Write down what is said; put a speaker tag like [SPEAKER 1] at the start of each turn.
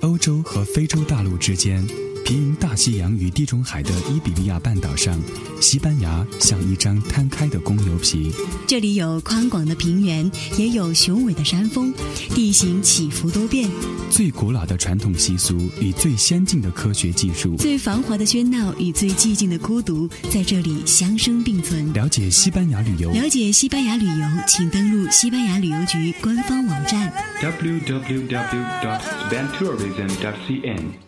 [SPEAKER 1] 欧洲和非洲大陆之间，毗邻大西洋与地中海的伊比利亚半岛上，西班牙像一张摊开的公牛皮。
[SPEAKER 2] 这里有宽广的平原，也有雄伟的山峰，地形起伏多变。
[SPEAKER 1] 最古老的传统习俗与最先进的科学技术，
[SPEAKER 2] 最繁华的喧闹与最寂静的孤独，在这里相生并存。
[SPEAKER 1] 了解西班牙旅游，
[SPEAKER 2] 了解西班牙旅游，请登录西班牙旅游局官方网站。
[SPEAKER 3] www.bantourism.cn